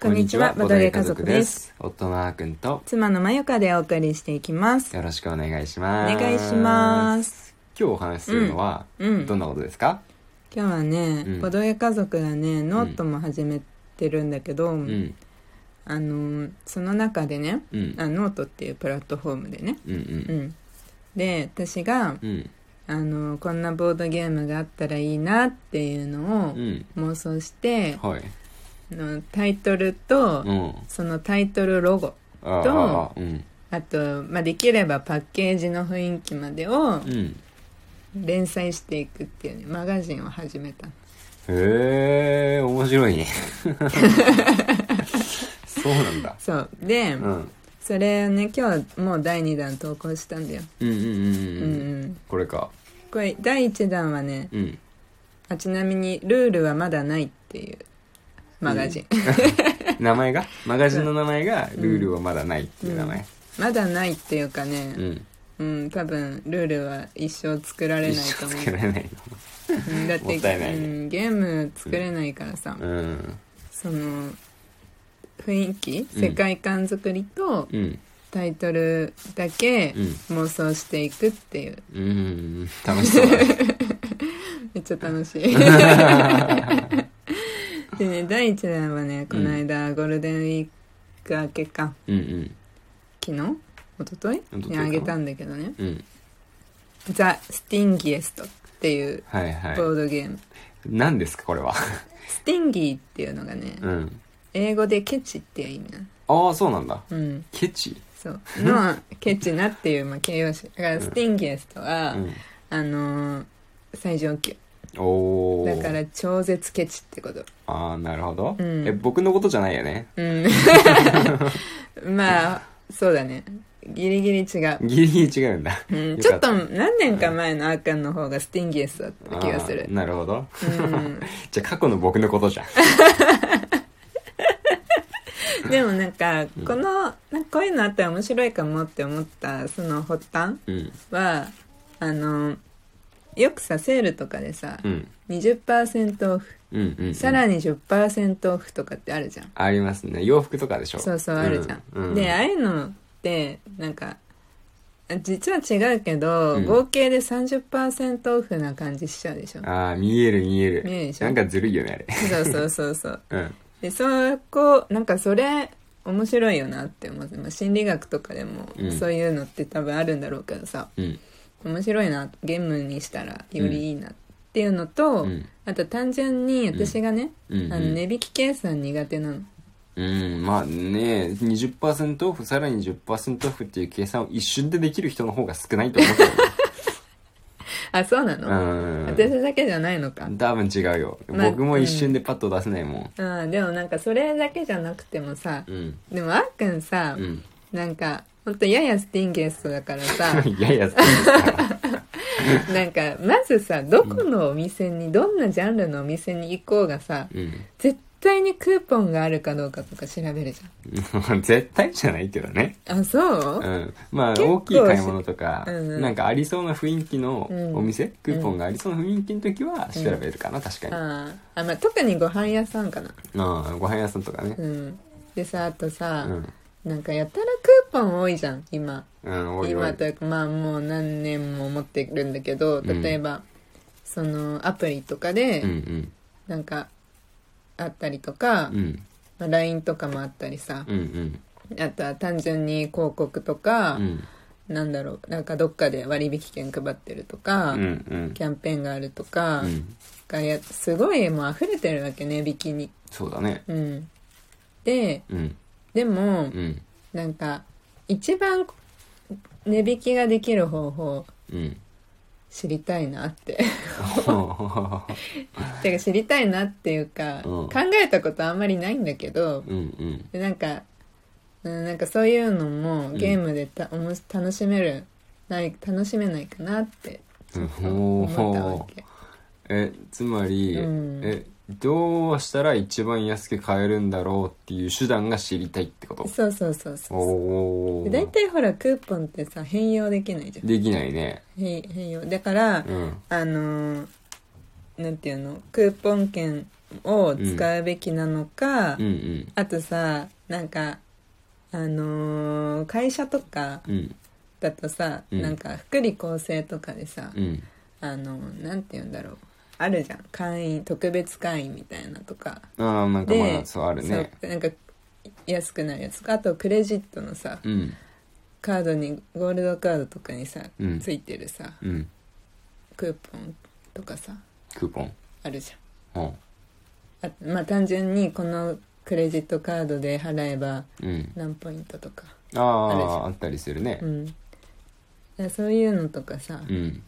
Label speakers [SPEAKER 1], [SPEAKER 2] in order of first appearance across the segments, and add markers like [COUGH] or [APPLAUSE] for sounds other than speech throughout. [SPEAKER 1] こんにちはボドゲ家族です。
[SPEAKER 2] 夫のあーくんと
[SPEAKER 1] 妻のまゆかでお送りしていきます
[SPEAKER 2] よろしくお願いします。
[SPEAKER 1] お願いします。
[SPEAKER 2] 今日お話しするのは、
[SPEAKER 1] うん
[SPEAKER 2] どんなことですか？
[SPEAKER 1] 今日はね、
[SPEAKER 2] うん
[SPEAKER 1] ボドゲ家族がねノートも始めてるんだけど、
[SPEAKER 2] うん
[SPEAKER 1] あのその中でね
[SPEAKER 2] うん
[SPEAKER 1] あノートっていうプラットフォームでね、
[SPEAKER 2] うんう
[SPEAKER 1] うんん、で私が
[SPEAKER 2] うん
[SPEAKER 1] あのこんなボードゲームがあったらいいなっていうのを
[SPEAKER 2] うん
[SPEAKER 1] 妄想して、
[SPEAKER 2] はい
[SPEAKER 1] あのタイトルと、
[SPEAKER 2] うん
[SPEAKER 1] そのタイトルロゴ
[SPEAKER 2] あー
[SPEAKER 1] どう
[SPEAKER 2] あーうん
[SPEAKER 1] あと、まあ、できればパッケージの雰囲気までを
[SPEAKER 2] うん
[SPEAKER 1] 連載していくっていうねマガジンを始めた
[SPEAKER 2] へえ面
[SPEAKER 1] [LAUGHS]
[SPEAKER 2] 白いね。そうなんだ。
[SPEAKER 1] そうで、
[SPEAKER 2] うんうん
[SPEAKER 1] それをね今日もう第2弾投稿したんだよ、
[SPEAKER 2] うんうん
[SPEAKER 1] うん
[SPEAKER 2] う
[SPEAKER 1] うん
[SPEAKER 2] んこれか
[SPEAKER 1] これ第1弾はね
[SPEAKER 2] うん
[SPEAKER 1] あちなみに「ルールはまだない」っていうマガジン、
[SPEAKER 2] 名前がマガジンの名前がルールはまだないっていう名前。
[SPEAKER 1] [LAUGHS] まだないっていうかね
[SPEAKER 2] う、ん
[SPEAKER 1] うん多分ルールは一生作られ
[SPEAKER 2] 一
[SPEAKER 1] ないと
[SPEAKER 2] 生
[SPEAKER 1] 思う
[SPEAKER 2] 作られない
[SPEAKER 1] うんだって
[SPEAKER 2] もったいないね
[SPEAKER 1] うん、ゲーム作れないからさ、
[SPEAKER 2] の。うん
[SPEAKER 1] その雰囲気
[SPEAKER 2] うん
[SPEAKER 1] 世界観作りと
[SPEAKER 2] うん
[SPEAKER 1] タイトルだけ
[SPEAKER 2] うん。
[SPEAKER 1] 妄想していくっていう
[SPEAKER 2] うーん、楽しそうだね。
[SPEAKER 1] めっちゃ楽し
[SPEAKER 2] [LAUGHS]
[SPEAKER 1] いでね第1弾はねこの間、ゴールデンウィーク明けか
[SPEAKER 2] うん
[SPEAKER 1] 昨日一昨
[SPEAKER 2] 昨
[SPEAKER 1] [LAUGHS]
[SPEAKER 2] 日
[SPEAKER 1] 日
[SPEAKER 2] か
[SPEAKER 1] に
[SPEAKER 2] な
[SPEAKER 1] あげたんだけどね
[SPEAKER 2] うん。うん。
[SPEAKER 1] 「ザ・スティンギエスト」っていう
[SPEAKER 2] はいは
[SPEAKER 1] ボ
[SPEAKER 2] い。
[SPEAKER 1] ードゲーム、
[SPEAKER 2] 何ですか、これは。
[SPEAKER 1] スティンギーっていうのがね、
[SPEAKER 2] うん。
[SPEAKER 1] 英語でケチっていう意味なの
[SPEAKER 2] ああ、そうなんだ。
[SPEAKER 1] うん
[SPEAKER 2] ケチ
[SPEAKER 1] そうのケチなっていう、まあ、形容詞だからスティンギエスト
[SPEAKER 2] う
[SPEAKER 1] は、
[SPEAKER 2] ん。
[SPEAKER 1] あのー最上級
[SPEAKER 2] おお。
[SPEAKER 1] だか。ら超絶ケチってこと
[SPEAKER 2] ああ、なるほど。
[SPEAKER 1] うん
[SPEAKER 2] え、僕のことじゃないよね。
[SPEAKER 1] うん [LAUGHS] まあそうだねギリギリ違う、
[SPEAKER 2] ギリギリ違うんだ。
[SPEAKER 1] うん、
[SPEAKER 2] よ
[SPEAKER 1] ちょ
[SPEAKER 2] か
[SPEAKER 1] っ
[SPEAKER 2] っ
[SPEAKER 1] と
[SPEAKER 2] た
[SPEAKER 1] 何年か前のアーカンの方がスティンギエスだった気がす
[SPEAKER 2] あ
[SPEAKER 1] る
[SPEAKER 2] ーなるほど。
[SPEAKER 1] うん
[SPEAKER 2] じゃあ、過去の僕のことじゃん。
[SPEAKER 1] でもなんかこの、なんかこういうのあったら面白いかもって思ったその発端
[SPEAKER 2] うん。
[SPEAKER 1] はあのよくさセールとかでさ
[SPEAKER 2] うん。
[SPEAKER 1] 20%オフ
[SPEAKER 2] うんうん、うん。
[SPEAKER 1] さらに10%オフとかってあるじゃん
[SPEAKER 2] ありますね。洋服とかでしょ。
[SPEAKER 1] そうそうあるじゃん、
[SPEAKER 2] うんうん
[SPEAKER 1] でああいうのってなんかあ実は違うけど、
[SPEAKER 2] うん
[SPEAKER 1] 合計で30%オフな感じしちゃうでしょ
[SPEAKER 2] ああ、見える見える。
[SPEAKER 1] 見えるでしょ
[SPEAKER 2] なんかずるいよね、あれ。
[SPEAKER 1] そうそうそうそう
[SPEAKER 2] うん。
[SPEAKER 1] でそこなんかそれ面白いよなって思って、まあ、心理学とかでも
[SPEAKER 2] うん
[SPEAKER 1] そういうのって多分あるんだろうけどさ、
[SPEAKER 2] うん。
[SPEAKER 1] 面白いなゲームにしたらよりいいなっていうのと、
[SPEAKER 2] うん。
[SPEAKER 1] あと単純に私がね、
[SPEAKER 2] うん。
[SPEAKER 1] あの値引き計算苦手なの
[SPEAKER 2] うん、まあね、20%オフ、さらに10%オフっていう計算を一瞬でできる人の方が少ないと思うけ
[SPEAKER 1] あそうな
[SPEAKER 2] ど
[SPEAKER 1] の、[LAUGHS]
[SPEAKER 2] ね。
[SPEAKER 1] 私だけじゃないのか
[SPEAKER 2] うん。多分違うよ。
[SPEAKER 1] まあ
[SPEAKER 2] 僕も一瞬でパッと出せないもん。
[SPEAKER 1] うん、でもなんかそれだけじゃなくてもさ
[SPEAKER 2] うん。
[SPEAKER 1] でもあっくんさ、
[SPEAKER 2] うん。
[SPEAKER 1] [LAUGHS] なんかほんとややスティンゲストだからさ
[SPEAKER 2] [LAUGHS] いやいや、そうですから。
[SPEAKER 1] なんかまずさどこのお店に、どんなジャンルのお店に行こうがさ
[SPEAKER 2] う
[SPEAKER 1] 絶対にクーポンがあるかどうかとか調べるじ
[SPEAKER 2] ん。 [LAUGHS] 絶対じゃないけどね。
[SPEAKER 1] ゃんあそう、
[SPEAKER 2] うん。まあ、
[SPEAKER 1] 結構
[SPEAKER 2] 大きい買い物とか、
[SPEAKER 1] うんうん
[SPEAKER 2] なんかありそうな雰囲気のお店、クーポンがありそうな雰囲気の時は調べるかな、確かに。
[SPEAKER 1] あーあ、まあ、特にご飯屋さんかな
[SPEAKER 2] うん、ご飯屋さんとかね
[SPEAKER 1] う。んでさあとさ
[SPEAKER 2] う、ん。
[SPEAKER 1] なんかやたらクーポン多いじゃん今
[SPEAKER 2] うん、おいお
[SPEAKER 1] 今
[SPEAKER 2] い
[SPEAKER 1] と。いうかまあもう何年も持ってるんだけど
[SPEAKER 2] うん
[SPEAKER 1] 例えば、そのアプリとかで、
[SPEAKER 2] うん
[SPEAKER 1] なんかあったりとか、
[SPEAKER 2] うん。うん。
[SPEAKER 1] まあ LINE とかもあったりさ、
[SPEAKER 2] うんうん。
[SPEAKER 1] あとは単純に広告とか
[SPEAKER 2] う、ん。
[SPEAKER 1] なんだろうなんかどっかで割引券配ってるとか、
[SPEAKER 2] うんうん。
[SPEAKER 1] キャンペーンがあるとか、
[SPEAKER 2] うん。
[SPEAKER 1] がやすごいもう溢れてるわけね引きに。
[SPEAKER 2] そうだね。
[SPEAKER 1] うん、で
[SPEAKER 2] うん。
[SPEAKER 1] でも、
[SPEAKER 2] うん。
[SPEAKER 1] なんか一番値引きができる方法
[SPEAKER 2] うん。
[SPEAKER 1] 知りたいなって
[SPEAKER 2] [LAUGHS] う
[SPEAKER 1] てか知りたいなっていうか、
[SPEAKER 2] うん
[SPEAKER 1] 考えたことあんまりないんだけど、
[SPEAKER 2] んうん。
[SPEAKER 1] でなんか、うん、なんかそういうのも
[SPEAKER 2] ん
[SPEAKER 1] ゲームでた、おもし楽しめるない楽しめないかなってちょっと
[SPEAKER 2] おー
[SPEAKER 1] 思ったわけ
[SPEAKER 2] え、つまり、
[SPEAKER 1] うん
[SPEAKER 2] え、どうしたら一番安く買えるんだろうっていう手段が知りたいってこと
[SPEAKER 1] そうそうそうそう
[SPEAKER 2] お
[SPEAKER 1] で
[SPEAKER 2] お。
[SPEAKER 1] 大体ほらクーポンってさ変容できないじゃん
[SPEAKER 2] できないね。
[SPEAKER 1] 変変容だから、
[SPEAKER 2] うん。
[SPEAKER 1] あのーなんていうのクーポン券を使うべきなのか、
[SPEAKER 2] うんうん
[SPEAKER 1] あとさなんかあのー会社とか
[SPEAKER 2] うん
[SPEAKER 1] だとさ、
[SPEAKER 2] うん
[SPEAKER 1] なんか福利厚生とかでさ、
[SPEAKER 2] うん
[SPEAKER 1] あのなんて言うんだろうあるじゃん会員特別会員みたいなとか
[SPEAKER 2] ああなんかま
[SPEAKER 1] で
[SPEAKER 2] だそうあるね
[SPEAKER 1] そうなんか安くなるやつとかあとクレジットのさ
[SPEAKER 2] うん
[SPEAKER 1] カードにゴールドカードとかにさ、
[SPEAKER 2] うん
[SPEAKER 1] ついてるさ
[SPEAKER 2] うん
[SPEAKER 1] クーポンとかさ
[SPEAKER 2] クーポン
[SPEAKER 1] あるじゃん
[SPEAKER 2] うん
[SPEAKER 1] あまあ単純にこのクレジットカードで払えば
[SPEAKER 2] うん
[SPEAKER 1] 何ポイントとか、
[SPEAKER 2] あ
[SPEAKER 1] あるじゃ
[SPEAKER 2] あ
[SPEAKER 1] ん
[SPEAKER 2] あったりするね
[SPEAKER 1] うん、だからそういうのとかさ、
[SPEAKER 2] うん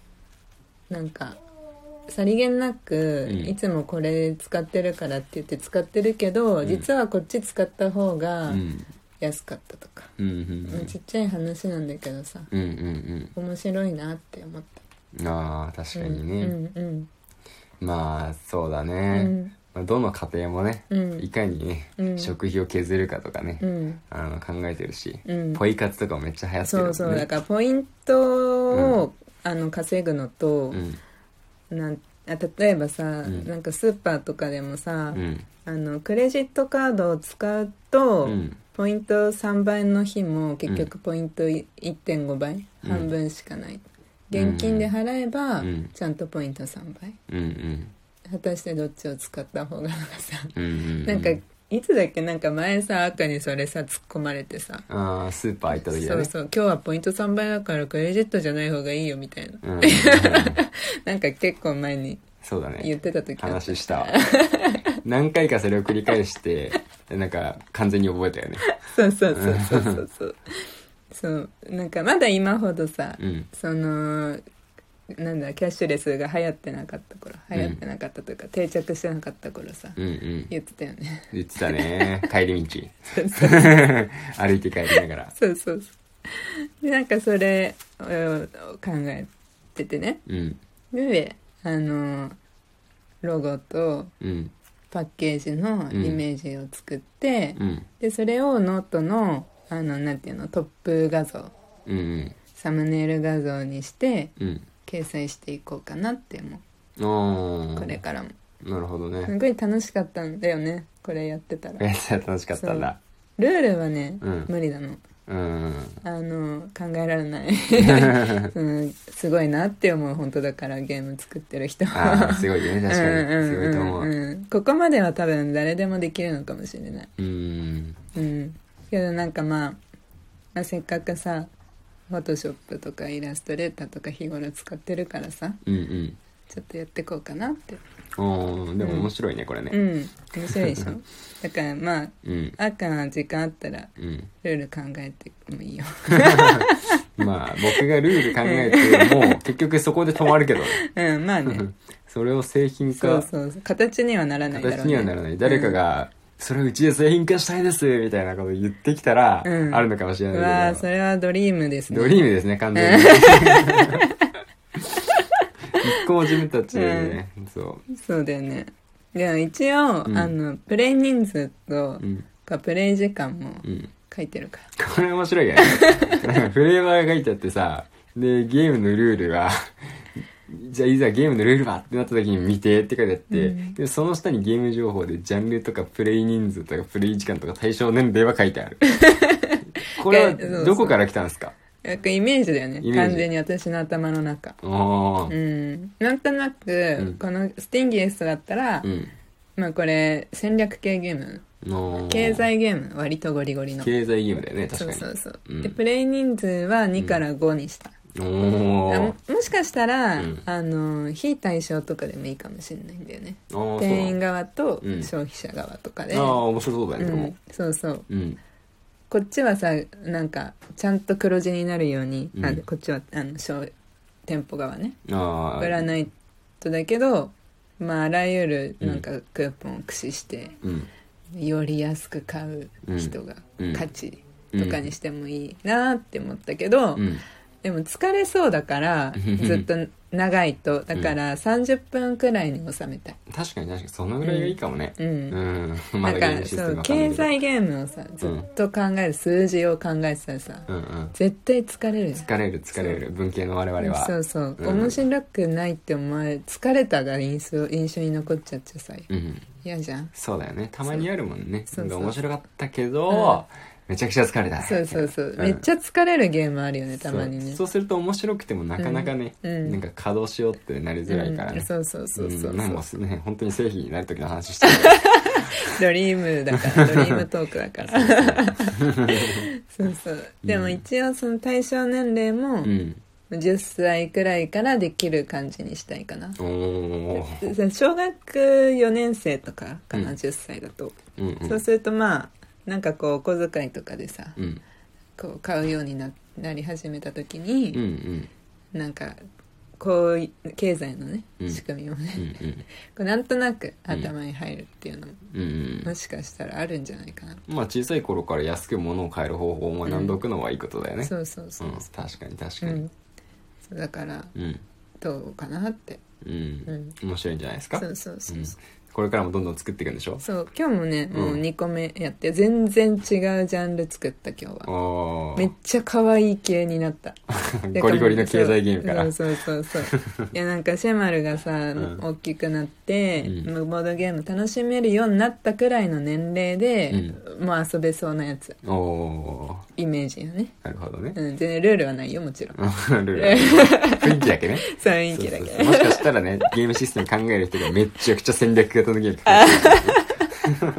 [SPEAKER 1] なんかさりげなく、
[SPEAKER 2] うん
[SPEAKER 1] いつもこれ使ってるからって言って使ってるけど、
[SPEAKER 2] うん
[SPEAKER 1] 実はこっち使った方
[SPEAKER 2] う
[SPEAKER 1] が
[SPEAKER 2] ん
[SPEAKER 1] 安かったとか、
[SPEAKER 2] うんうん
[SPEAKER 1] まあちっちゃい話なんだけどさ
[SPEAKER 2] うんうん
[SPEAKER 1] 面白いなって思った
[SPEAKER 2] うんああ確かにね、
[SPEAKER 1] うんうん
[SPEAKER 2] まあそうだ
[SPEAKER 1] う
[SPEAKER 2] ね、
[SPEAKER 1] ん
[SPEAKER 2] まあ、どの家庭もね、
[SPEAKER 1] うん
[SPEAKER 2] いかにね、
[SPEAKER 1] うん
[SPEAKER 2] 食費を削るかとかね、
[SPEAKER 1] うん
[SPEAKER 2] あの考えてるし、
[SPEAKER 1] うん
[SPEAKER 2] ポイ活とかもめっちゃ流行ってるも
[SPEAKER 1] そ
[SPEAKER 2] んね
[SPEAKER 1] うそうだからポイントを、あの稼ぐのと、
[SPEAKER 2] うん
[SPEAKER 1] なんあ例えばさ、
[SPEAKER 2] ん
[SPEAKER 1] なんかスーパーとかでもさ、
[SPEAKER 2] うん
[SPEAKER 1] あのクレジットカードを使うと、
[SPEAKER 2] うん
[SPEAKER 1] ポイント3倍の日も結局ポイントい1.5倍、
[SPEAKER 2] うん
[SPEAKER 1] 半分しかない現金で払えば、
[SPEAKER 2] うん
[SPEAKER 1] ちゃんとポイント3倍
[SPEAKER 2] うんうん
[SPEAKER 1] 果たしてどっちを使った方がなんかさ、
[SPEAKER 2] うんうん
[SPEAKER 1] なんかいつだっけなんか前さ赤にそれさ突っ込まれてさ、
[SPEAKER 2] あースーパー行った時だ
[SPEAKER 1] そ
[SPEAKER 2] ね
[SPEAKER 1] うそう今日はポイント3倍だからクレジットじゃない方がいいよみたいな
[SPEAKER 2] うん
[SPEAKER 1] [LAUGHS]
[SPEAKER 2] うん
[SPEAKER 1] なんか結構前に
[SPEAKER 2] そうだ
[SPEAKER 1] 言っ
[SPEAKER 2] ね
[SPEAKER 1] てた時あった
[SPEAKER 2] 話した何回かそれを繰り返してなんか完全に覚えたよね
[SPEAKER 1] そうそうそうそうそうそうそうなんかまだ今ほどさ、
[SPEAKER 2] うん
[SPEAKER 1] そのなんだキャッシュレスが流行ってなかった頃
[SPEAKER 2] うん
[SPEAKER 1] 流行ってなかったというか、定着してなかった頃さ、
[SPEAKER 2] うんうん
[SPEAKER 1] 言ってたよね [LAUGHS]
[SPEAKER 2] 言ってたね帰り道
[SPEAKER 1] そうそう
[SPEAKER 2] 歩いて帰りながら
[SPEAKER 1] そうそうでなんかそれを考えててね
[SPEAKER 2] うん
[SPEAKER 1] であのロゴと
[SPEAKER 2] うん
[SPEAKER 1] パッケージのイメージを作って、
[SPEAKER 2] うん
[SPEAKER 1] でそれをノートのあのなんていうのトップ画像
[SPEAKER 2] うんうん
[SPEAKER 1] サムネイル画像にして
[SPEAKER 2] うん
[SPEAKER 1] 掲載していこうかなって思
[SPEAKER 2] あ
[SPEAKER 1] う
[SPEAKER 2] あ
[SPEAKER 1] これからも
[SPEAKER 2] なるほどね
[SPEAKER 1] すごい楽しかったんだよねこれやってたら
[SPEAKER 2] やつは楽しかったんだ
[SPEAKER 1] ルールはね、
[SPEAKER 2] うん
[SPEAKER 1] 無理なの
[SPEAKER 2] うん
[SPEAKER 1] あの考えられ
[SPEAKER 2] [LAUGHS]
[SPEAKER 1] ない、うん、すごいなって思う本当だからゲーム作ってる人
[SPEAKER 2] あ
[SPEAKER 1] は [LAUGHS]
[SPEAKER 2] あすごいね確かにすごいと思う
[SPEAKER 1] うんここまでは多分誰でもできるのかもしれない
[SPEAKER 2] うん
[SPEAKER 1] うんけどなんかまあ、まあ、せっかくさフォトショップとかイラストレーターとか日頃使ってるからさ
[SPEAKER 2] うんうん
[SPEAKER 1] ちょっとやってこうかなって
[SPEAKER 2] おーでも面白いねこれ
[SPEAKER 1] う
[SPEAKER 2] ね
[SPEAKER 1] ん面白い
[SPEAKER 2] [LAUGHS]
[SPEAKER 1] でしょだからまあ
[SPEAKER 2] うん
[SPEAKER 1] 赤は時間あったら
[SPEAKER 2] うん
[SPEAKER 1] ルール考えてもいいよ
[SPEAKER 2] まあ僕がルール考えて
[SPEAKER 1] [LAUGHS]
[SPEAKER 2] も結局そこで止まるけどね
[SPEAKER 1] うんまあね
[SPEAKER 2] [LAUGHS] それを製品
[SPEAKER 1] そう
[SPEAKER 2] 化
[SPEAKER 1] そうそう形にはならないだろう、ね、
[SPEAKER 2] 形にはならない誰かがそれをうちで製品化したいですみたいなことを言ってきたら
[SPEAKER 1] うん
[SPEAKER 2] あるのかもし
[SPEAKER 1] う
[SPEAKER 2] れ
[SPEAKER 1] んう
[SPEAKER 2] な
[SPEAKER 1] わ
[SPEAKER 2] い
[SPEAKER 1] あ
[SPEAKER 2] け
[SPEAKER 1] それはドリームですね
[SPEAKER 2] どドリームですね
[SPEAKER 1] [LAUGHS]
[SPEAKER 2] 完全に一個も自分たちでねそ
[SPEAKER 1] そうだよねでも一応、
[SPEAKER 2] うん
[SPEAKER 1] あのプレイ人数と
[SPEAKER 2] ううん
[SPEAKER 1] かプレイ時間も
[SPEAKER 2] うん
[SPEAKER 1] 書いてるから
[SPEAKER 2] これ面白いよね。なんかフレーバーが書いてあってさ、で、ゲームのルールは、じゃあいざゲームのルールはってなった時に見てって書いてあって、
[SPEAKER 1] うん
[SPEAKER 2] でその下にゲーム情報でジャンルとかプレイ人数とかプレイ時間とか対象年齢は書いて
[SPEAKER 1] [LAUGHS]
[SPEAKER 2] ある。これ
[SPEAKER 1] そうそ
[SPEAKER 2] は
[SPEAKER 1] う
[SPEAKER 2] どこから来たんですか
[SPEAKER 1] なんかイメージだよね
[SPEAKER 2] イメージ
[SPEAKER 1] 完全に私の頭の中
[SPEAKER 2] お
[SPEAKER 1] う
[SPEAKER 2] ー。
[SPEAKER 1] んなんとなく、
[SPEAKER 2] うん
[SPEAKER 1] このスティンギエストだったら、
[SPEAKER 2] うん。
[SPEAKER 1] まあこれ戦略系ゲーム
[SPEAKER 2] おー
[SPEAKER 1] 経。済ゲーム割とゴリゴリの
[SPEAKER 2] 経済ゲームだよね、確
[SPEAKER 1] そう
[SPEAKER 2] かに。
[SPEAKER 1] そうそう、
[SPEAKER 2] うん
[SPEAKER 1] でプレイ人数は2から5にした、
[SPEAKER 2] お
[SPEAKER 1] あ
[SPEAKER 2] ー
[SPEAKER 1] も。もしかしたら、
[SPEAKER 2] うん
[SPEAKER 1] あの非対象とかでもいいかもしれないんだよね
[SPEAKER 2] おーそう
[SPEAKER 1] 店員側と
[SPEAKER 2] うん
[SPEAKER 1] 消費者側とかで、
[SPEAKER 2] ああ、面白そうだね、
[SPEAKER 1] う
[SPEAKER 2] でも
[SPEAKER 1] ん。そうそう
[SPEAKER 2] うん。
[SPEAKER 1] こっちはさなんかちゃんと黒字になるように、
[SPEAKER 2] うん
[SPEAKER 1] あこっちはあの商店舗側ね
[SPEAKER 2] ああ。
[SPEAKER 1] 売らないとだけど、まああらゆるなんかクーポンを駆使して、
[SPEAKER 2] うん。
[SPEAKER 1] より安く買う人が
[SPEAKER 2] うん
[SPEAKER 1] 価値とかにしてもいいなって思ったけど、
[SPEAKER 2] うん。
[SPEAKER 1] でも疲れそうだから
[SPEAKER 2] うん
[SPEAKER 1] ずっと長いとだから30分くらいに収めたい、
[SPEAKER 2] 確かに確かに、そのぐらいがいいかもね。
[SPEAKER 1] うん
[SPEAKER 2] うん。ま
[SPEAKER 1] だ
[SPEAKER 2] だ
[SPEAKER 1] か
[SPEAKER 2] ゲーム
[SPEAKER 1] ら
[SPEAKER 2] シ
[SPEAKER 1] そ
[SPEAKER 2] ステム
[SPEAKER 1] う
[SPEAKER 2] わか
[SPEAKER 1] 経
[SPEAKER 2] んないけど
[SPEAKER 1] 済ゲームをさずっと考える、数字を考えてたらさ、
[SPEAKER 2] うんうん。
[SPEAKER 1] 絶対疲れるじゃん
[SPEAKER 2] 疲れる疲れる。文系の我々は。
[SPEAKER 1] そうそう、
[SPEAKER 2] うん
[SPEAKER 1] 面白くないって思われ疲れたが印象印象に残っちゃってさ
[SPEAKER 2] うん。
[SPEAKER 1] 嫌じゃん
[SPEAKER 2] そうだよねたまにあるもんね
[SPEAKER 1] そう
[SPEAKER 2] な
[SPEAKER 1] ん
[SPEAKER 2] か
[SPEAKER 1] そう
[SPEAKER 2] 面白かったけど、めちゃくちゃ疲れた
[SPEAKER 1] そうそうそう、
[SPEAKER 2] ん
[SPEAKER 1] めっちゃ疲れるゲームあるよねたまに
[SPEAKER 2] そ
[SPEAKER 1] ね
[SPEAKER 2] うそうすると面白くてもなかなかね、
[SPEAKER 1] うんうん
[SPEAKER 2] なんか稼働しようってなりづらいからね、
[SPEAKER 1] うんそうそうそうそうそう、
[SPEAKER 2] んなんかもうね本当に製品になる時の話して
[SPEAKER 1] [LAUGHS]
[SPEAKER 2] る
[SPEAKER 1] ドリームだからドリームトークだから
[SPEAKER 2] [LAUGHS]
[SPEAKER 1] そうそうでも一応その対象年齢も
[SPEAKER 2] うん
[SPEAKER 1] 10歳くらいからできる感じにしたいかな
[SPEAKER 2] おおー
[SPEAKER 1] 小学4年生とかかな、
[SPEAKER 2] うん
[SPEAKER 1] 10歳だと、
[SPEAKER 2] うんうん
[SPEAKER 1] そうするとまあなんかこうお小遣いとかでさ、
[SPEAKER 2] うん
[SPEAKER 1] こう買うようにななり始めた時
[SPEAKER 2] うんう
[SPEAKER 1] に、
[SPEAKER 2] ん
[SPEAKER 1] なんかこうい経済のね
[SPEAKER 2] うん
[SPEAKER 1] 仕組みもね、 [LAUGHS]
[SPEAKER 2] う
[SPEAKER 1] こ
[SPEAKER 2] んうん
[SPEAKER 1] うなんとなく頭に入るっていうのも、
[SPEAKER 2] うんうん
[SPEAKER 1] もしかしたらあるんじゃないかな、
[SPEAKER 2] まあ小さい頃から安く物を買える方法を学んどくのはいいことだよね。、
[SPEAKER 1] そうそうそううん
[SPEAKER 2] 確かに確
[SPEAKER 1] う
[SPEAKER 2] か
[SPEAKER 1] ん、
[SPEAKER 2] に。
[SPEAKER 1] そうだから
[SPEAKER 2] うん、
[SPEAKER 1] どうかなって
[SPEAKER 2] うん、面白いんじゃないですか。
[SPEAKER 1] そうそうそうそう、
[SPEAKER 2] うんこれからもどんどん作っていくんでしょ。
[SPEAKER 1] そう今日もねもううん2個目やって、全然違うジャンル作った今日は
[SPEAKER 2] お
[SPEAKER 1] めっ
[SPEAKER 2] ー
[SPEAKER 1] ちゃ可愛い系になった
[SPEAKER 2] [LAUGHS] ゴリゴリの経済ゲームから。
[SPEAKER 1] そうそうそうそう
[SPEAKER 2] [LAUGHS]
[SPEAKER 1] いやなんかシェマルがさ、
[SPEAKER 2] ん
[SPEAKER 1] 大きくなって、
[SPEAKER 2] う
[SPEAKER 1] ボードゲーム楽しめるようになったくらいの年齢で、もう遊べそうなやつ
[SPEAKER 2] おお
[SPEAKER 1] イメージよね、
[SPEAKER 2] ーなるほどね。
[SPEAKER 1] うん、全然ルールはないよもちろん
[SPEAKER 2] うんルールは
[SPEAKER 1] [LAUGHS]
[SPEAKER 2] 雰囲気だけね。
[SPEAKER 1] 3囲気だけど
[SPEAKER 2] そうそうそうもしかしたらね、ゲームシステム考える人がめちゃくちゃ戦略型のゲーム作っ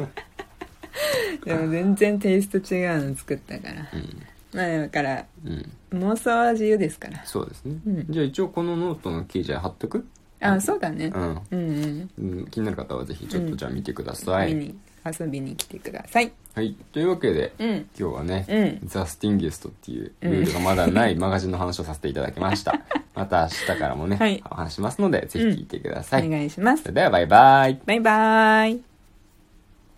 [SPEAKER 2] て
[SPEAKER 1] で
[SPEAKER 2] る
[SPEAKER 1] も全然テイスト違うの作ったから、まあだから
[SPEAKER 2] うん、
[SPEAKER 1] 妄想は自由ですから
[SPEAKER 2] そうですね。
[SPEAKER 1] うん
[SPEAKER 2] じゃあ一応このノートの記事は貼っとく
[SPEAKER 1] あそうだね
[SPEAKER 2] うん。
[SPEAKER 1] うんうん
[SPEAKER 2] うん気になる方はぜひちょっとじゃあ見てください、
[SPEAKER 1] 見に遊びに来てください
[SPEAKER 2] はいというわけで、
[SPEAKER 1] うん
[SPEAKER 2] 今日はね「
[SPEAKER 1] う
[SPEAKER 2] ザ・スティンゲスト」っていうルールがまだない [LAUGHS] マガジンの話をさせていただきましたまた明日からもね、
[SPEAKER 1] はい
[SPEAKER 2] お話しますのでぜひ聞いてください、
[SPEAKER 1] お願いします
[SPEAKER 2] それではバイバイ
[SPEAKER 1] バイバーイ